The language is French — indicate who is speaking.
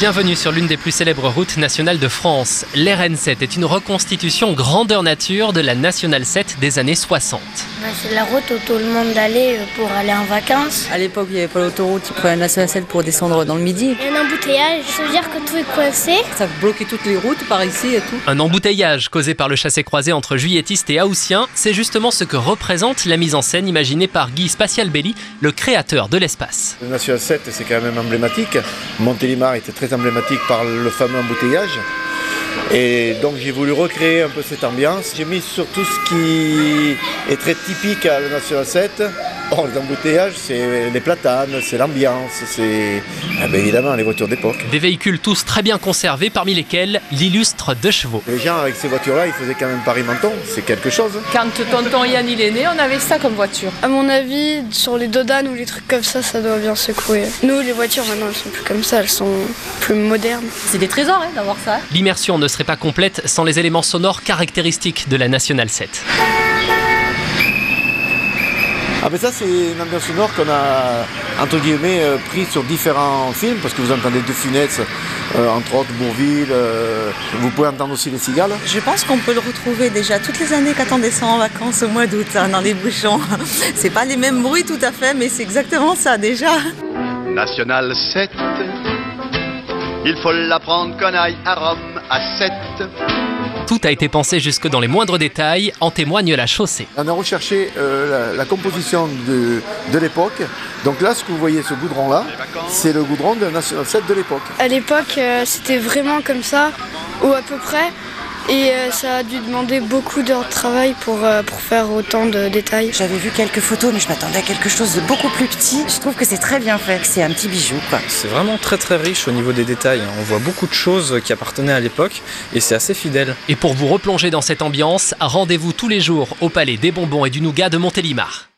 Speaker 1: Bienvenue sur l'une des plus célèbres routes nationales de France. L'RN7 est une reconstitution grandeur nature de la Nationale 7 des années 60.
Speaker 2: Bah, c'est la route où tout le monde allait euh, pour aller en vacances.
Speaker 3: À l'époque, il n'y avait pas l'autoroute, ils prenaient la nationale 7 pour descendre dans le midi.
Speaker 2: Il y a un embouteillage, ça veut dire que tout est coincé.
Speaker 3: Ça bloquait toutes les routes par ici et tout.
Speaker 1: Un embouteillage causé par le chassé-croisé entre juilletistes et haussiens, c'est justement ce que représente la mise en scène imaginée par Guy Spatial-Belli, le créateur de l'espace.
Speaker 4: Le National 7, c'est quand même emblématique. Montélimar était très emblématique par le fameux embouteillage. Et donc j'ai voulu recréer un peu cette ambiance. J'ai mis sur tout ce qui est très typique à la National 7. Or, les embouteillages, c'est les platanes, c'est l'ambiance, c'est ah ben, évidemment les voitures d'époque.
Speaker 1: Des véhicules tous très bien conservés, parmi lesquels l'illustre deux chevaux.
Speaker 4: Les gens avec ces voitures-là, ils faisaient quand même Paris-Menton, c'est quelque chose.
Speaker 5: Quand tonton Yann il est né, on avait ça comme voiture.
Speaker 6: À mon avis, sur les dodanes ou les trucs comme ça, ça doit bien secouer. Nous, les voitures maintenant, elles sont plus comme ça, elles sont plus modernes.
Speaker 5: C'est des trésors hein, d'avoir ça.
Speaker 1: L'immersion ne serait pas complète sans les éléments sonores caractéristiques de la Nationale 7.
Speaker 4: Ah ben ça c'est une ambiance sonore qu'on a entre guillemets euh, pris sur différents films parce que vous entendez deux funettes, euh, entre autres Bourville, euh, vous pouvez entendre aussi les cigales.
Speaker 3: Je pense qu'on peut le retrouver déjà toutes les années quand on descend en vacances au mois d'août hein, dans les bouchons. C'est pas les mêmes bruits tout à fait, mais c'est exactement ça déjà.
Speaker 7: National 7, il faut l'apprendre qu'on aille à Rome à 7.
Speaker 1: Tout a été pensé jusque dans les moindres détails, en témoigne la chaussée.
Speaker 4: On a recherché euh, la, la, composition de, de l'époque. Donc là, ce que vous voyez, ce goudron-là, c'est le goudron de la National 7 de l'époque.
Speaker 6: À l'époque, euh, c'était vraiment comme ça, ou à peu près. Et euh, ça a dû demander beaucoup d'heures de travail pour, euh, pour faire autant de détails.
Speaker 3: J'avais vu quelques photos, mais je m'attendais à quelque chose de beaucoup plus petit. Je trouve que c'est très bien fait, que c'est un petit bijou. quoi.
Speaker 8: C'est vraiment très très riche au niveau des détails. hein. On voit beaucoup de choses qui appartenaient à l'époque et c'est assez fidèle.
Speaker 1: Et pour vous replonger dans cette ambiance, rendez-vous tous les jours au Palais des Bonbons et du Nougat de Montélimar.